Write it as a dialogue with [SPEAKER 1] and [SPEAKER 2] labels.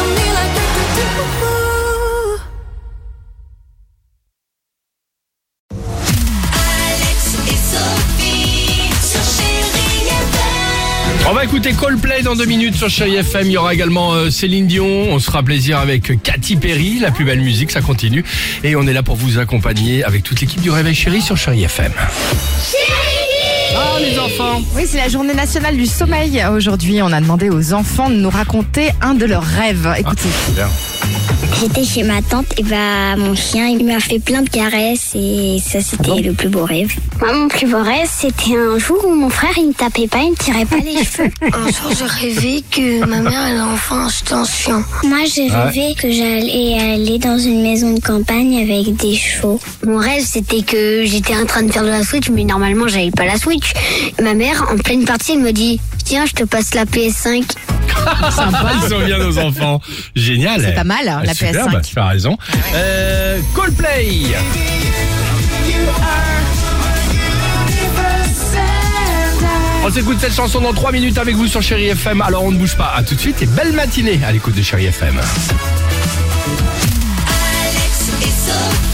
[SPEAKER 1] on me like do, do, do. Alex et Sophie sur Chérie FM.
[SPEAKER 2] On va écouter Coldplay dans deux minutes sur Chéri FM. Il y aura également euh, Céline Dion. On se fera plaisir avec Katy Perry, la plus belle musique, ça continue. Et on est là pour vous accompagner avec toute l'équipe du Réveil Chéri sur Chéri FM. Ah les enfants
[SPEAKER 3] Oui, c'est la journée nationale du sommeil. Aujourd'hui, on a demandé aux enfants de nous raconter un de leurs rêves. Écoutez.
[SPEAKER 4] J'étais chez ma tante et bah mon chien il m'a fait plein de caresses et ça c'était le plus beau rêve. Moi mon plus beau rêve c'était un jour où mon frère il me tapait pas, il me tirait pas les cheveux.
[SPEAKER 5] Un jour, j'ai rêvé que ma mère, elle a enfin acheté un chien.
[SPEAKER 4] Moi j'ai rêvé que j'allais aller dans une maison de campagne avec des chevaux.
[SPEAKER 5] Mon rêve, c'était que j'étais en train de faire de la Switch, mais normalement, j'avais pas la Switch. Ma mère, en pleine partie, elle me dit Tiens, je te passe la PS5.
[SPEAKER 2] Ils sont bien nos enfants. Génial.
[SPEAKER 3] C'est pas mal, hein, la
[SPEAKER 2] Superbe,
[SPEAKER 3] PS5.
[SPEAKER 2] Tu as raison. Euh, Coldplay. On s'écoute cette chanson dans 3 minutes avec vous sur Chéri FM. Alors on ne bouge pas. À tout de suite et belle matinée à l'écoute de Chéri FM.
[SPEAKER 1] Alex et Sophie.